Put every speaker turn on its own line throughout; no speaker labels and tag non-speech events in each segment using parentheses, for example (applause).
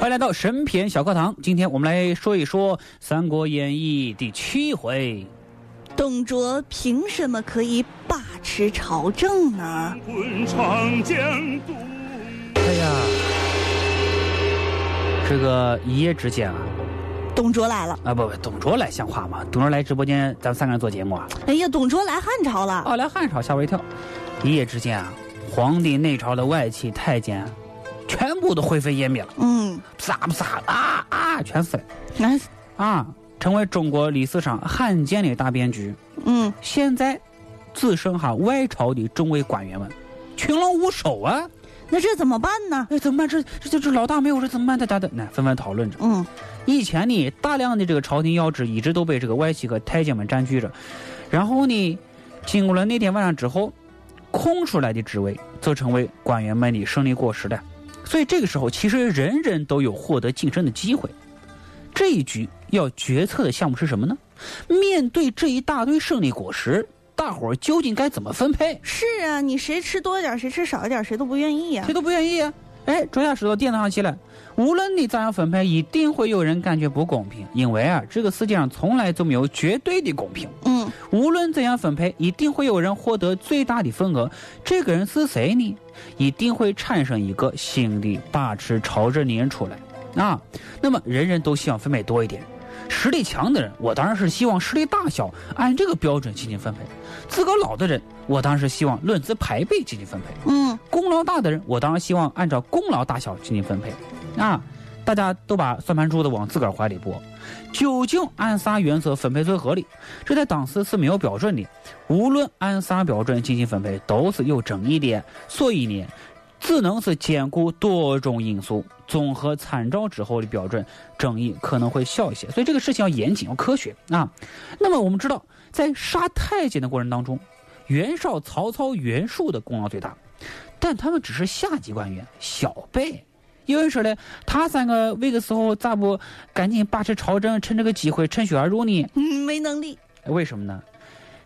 欢迎来到神篇小课堂，今天我们来说一说《三国演义》第七回。
董卓凭什么可以把持朝政呢？
滚长江东。
哎呀，这个一夜之间啊，
董卓来了，
啊不不，董卓来像话吗？董卓来直播间，咱们三个人做节目啊，
哎呀，董卓来汉朝了，
哦来汉朝吓我一跳，一夜之间啊，皇帝内朝的外戚太监，全部都灰飞烟灭了，
嗯，
撒不撒啊啊，全死了
哎
啊，成为中国历史上罕见的大变局。
嗯，
现在只剩下外朝的众位官员们，群龙无首啊！
那这怎么办呢？
哎，怎么办？这这这这老大没有这怎么办？大家的那纷纷讨论着。
嗯，
以前呢，大量的这个朝廷要职一直都被这个外戚和太监们占据着，然后呢，经过了那天晚上之后，空出来的职位就成为官员们的胜利果实了。所以这个时候，其实人人都有获得晋升的机会。这一局要决策的项目是什么呢？面对这一大堆胜利果实，大伙儿究竟该怎么分配？
是啊，你谁吃多一点，谁吃少一点，谁都不愿意啊
谁。都不愿意啊。哎，抓下石头垫子上去了。无论你咋样分配，一定会有人感觉不公平，因为啊，这个世界上从来就没有绝对的公平。
嗯，
无论怎样分配，一定会有人获得最大的份额。这个人是谁呢？一定会产生一个新的把持朝政的人出来啊。那么人人都希望分配多一点，实力强的人，我当然是希望实力大小按这个标准进行分配；自个老的人，我当然是希望论资排辈进行分配。
嗯，
功劳大的人，我当然希望按照功劳大小进行分配，啊，大家都把算盘珠子往自个儿怀里拨，究竟按啥原则分配最合理？这在当时是没有标准的，无论按啥标准进行分配都是有争议的，所以呢，只能是兼顾多种因素，综合参照之后的标准，争议可能会小一些。所以这个事情要严谨，要科学啊。那么我们知道，在杀太监的过程当中，袁绍、曹操、袁术的功劳最大。但他们只是下级官员，小辈。因为说呢，他三个那个时候咋不赶紧把持朝政，趁这个机会趁虚而入呢？
嗯没能力。
为什么呢？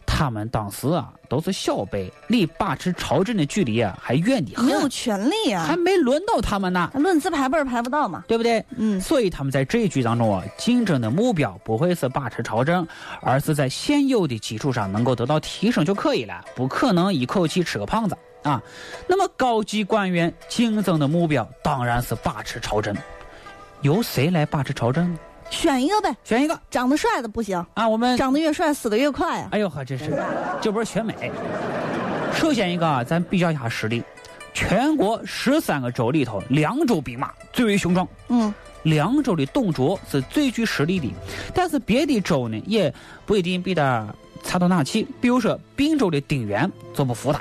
他们当时啊都是小辈，离把持朝政的距离啊还远得
没有
很，
权利啊
还，没轮到他们呢，
论资排辈儿排不到嘛。
对不对？
嗯
所以他们在这一局当中啊，竞争的目标不会是把持朝政，而是在现有的基础上能够得到提升就可以了，不可能一口气吃个胖子啊。那么高级官员竞争的目标当然是把持朝政，由谁来把持朝政呢？
选一个呗，
选一个
长得帅的不行，
啊，我们
长得越帅死的越快啊。
哎呦呵，真是，这不是选美。首先一个啊，咱比较一下实力，全国十三个州里头，凉州兵马最为雄壮。
嗯，
凉州的董卓是最具实力的，但是别的州呢也不一定比他差到哪去。比如说并州的丁原就不服他。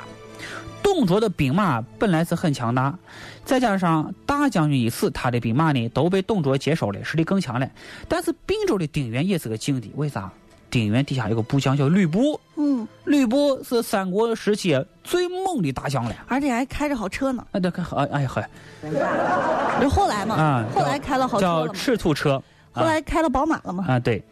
董卓的兵马本来是很强大，再加上大将军一死，他的兵马呢都被董卓接收了，实力更强了。但是并州的丁原也是个劲敌，为啥？丁原底下有个部将叫吕布，
嗯，
吕布是三国时期最猛的大将了。
而且还开着好车呢。
哎，对，哎哎呀，
这后来嘛，
啊
后来开了好车
叫
了嘛，
赤兔车，
后来开了宝马了嘛。
啊，对，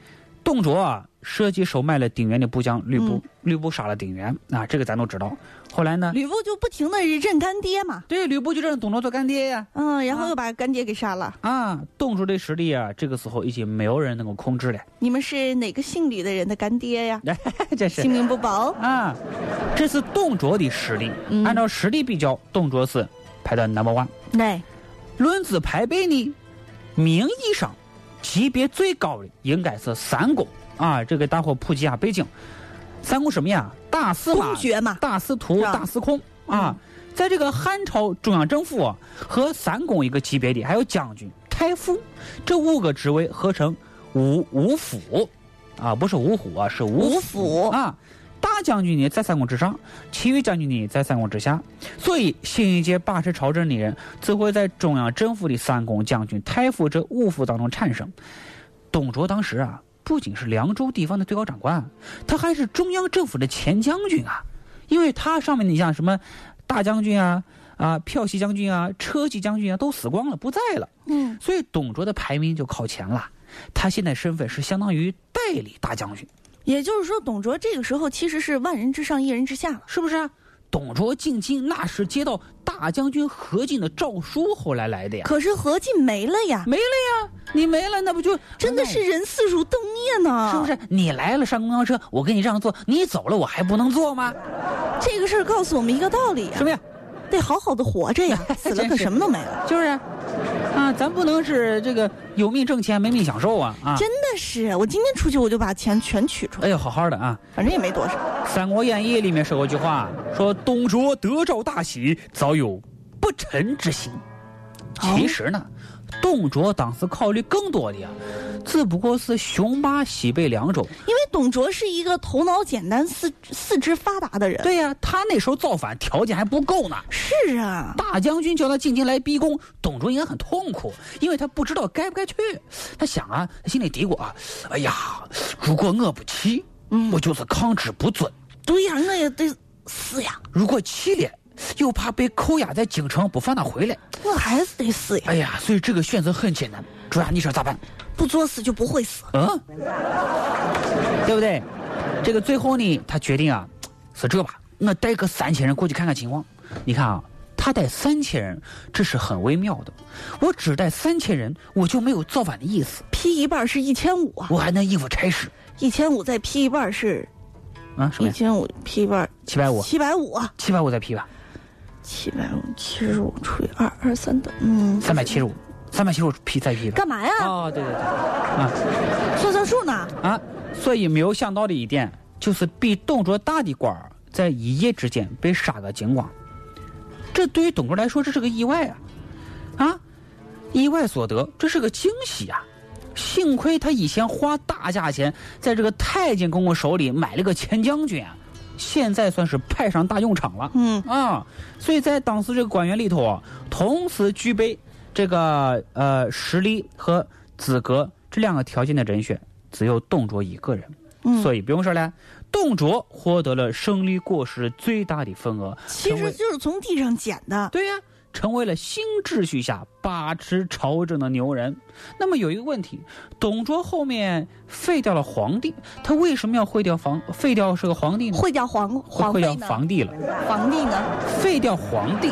董卓啊，设计收买了丁原的部将吕布
嗯，
吕布杀了丁原啊，这个咱都知道。后来呢，
吕布就不停的认干爹嘛，
对吕布就让董卓做干爹呀、
嗯，然后
啊
又把干爹给杀了。
啊，董卓的实力啊，这个时候已经没有人能够控制了， (laughs)
你们是哪个姓吕的人的干爹呀？
这
性
是
命不保。
啊，这是董卓的实力。
嗯
按照实力比较，董卓是排到 number one。
对，
论资排辈呢，名义上级别最高的应该是三公啊。这给大伙普及一下背景，三公什么呀？大司马
公、爵嘛，
大司
啊
徒、
是吧嗯
大司空啊。在这个汉朝中央政府、啊、和三公一个级别的，还有将军、太傅，这五个职位合成五五府啊，不是五虎啊，是五
五府
啊。大将军呢在三公之上，其余将军呢在三公之下，所以新一届把持朝政的人只会在中央政府的三公、将军、太傅这五府当中产生。董卓当时啊，不仅是凉州地方的最高长官，他还是中央政府的前将军啊，因为他上面你像什么大将军啊、啊骠骑将军啊、车骑将军啊都死光了，不在了，
嗯，
所以董卓的排名就靠前了。他现在身份是相当于代理大将军，
也就是说，董卓这个时候其实是万人之上，一人之下了。
是不是、啊？董卓进京那是接到大将军何进的诏书后来来的呀，
可是何进没了呀，
没了呀，你没了那不就哎
真的是啊人四如灯灭呢，
是不？是？你来了上公交车，我给你让座；你走了，我还不能坐吗？
这个事儿告诉我们一个道理呀、啊
什么呀？
得好好的活着 (laughs) 呀，死了可什么都没了。
就是啊，啊，咱不能是这个有命挣钱没命享受啊啊！
真的是，我今天出去我就把钱全取出来，
哎呦，好好的啊，
反正也没多少。
《三国演义》里面说过一句话，说董卓得诏大喜，早有不臣之心。
哦
其实呢，董卓当时考虑更多的呀，只不过是雄霸西北凉州。
因为董卓是一个头脑简单、四四肢发达的人。，
对呀、他那时候造反条件还不够呢。
是啊，
大将军叫他进京来逼宫，董卓应该很痛苦，因为他不知道该不该去。他想啊，他心里嘀咕啊，哎呀，如果我不去，我就是抗旨不遵；
对呀，我也得死呀，
如果去了，又怕被扣押在京城不放他回来。
我还是得死呀，
哎呀，所以这个选择很艰难。主啊，你说咋办？
不作死就不会死。
嗯，对不对？这个最后呢，他决定啊，是这吧？我带个三千人过去看看情况。你看啊，他带三千人，这是很微妙的。我只带三千人，我就没有造反的意思，
劈一半是一千五啊，
我还能应付差事
一千五再劈一半是
啊？什么
一
呀？
千五，劈一半
七百五，
七百五啊，
七百五再批吧，
七百五七十五除以二，二三等，嗯，
三百七十五，三百七十五批再批吧。
干嘛呀？
哦，对对对，
算算数呢？
啊，所以没有想到的一点就是，比董卓大的官儿在一夜之间被杀个精光，这对于董卓来说这是个意外啊，啊，意外所得，这是个惊喜啊！幸亏他以前花大价钱在这个太监公公手里买了个前将军啊，现在算是派上大用场了。
嗯，
啊，所以在当时这个官员里头啊，同时具备这个呃实力和资格这两个条件的人选，只有董卓一个人。
嗯
所以不用说了，董卓获得了胜利果实最大的份额，
其
成
实
为
就是从地上捡的。
对呀、成为了新秩序下把持朝政的牛人。那么有一个问题，董卓后面废掉了皇帝，他为什么要废掉皇废掉这个皇帝呢？
会掉皇皇
废掉
妃呢？
皇帝了。
皇帝呢？
废掉皇帝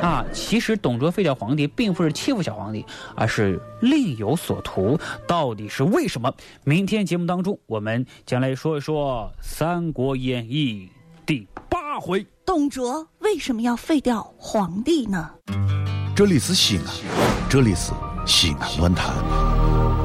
啊，其实董卓废掉皇帝，并不是欺负小皇帝，而是另有所图。到底是为什么？明天节目当中，我们将来说一说《三国演义》第八回。
董卓为什么要废掉皇帝呢？
这里是西安，这里是西安论坛。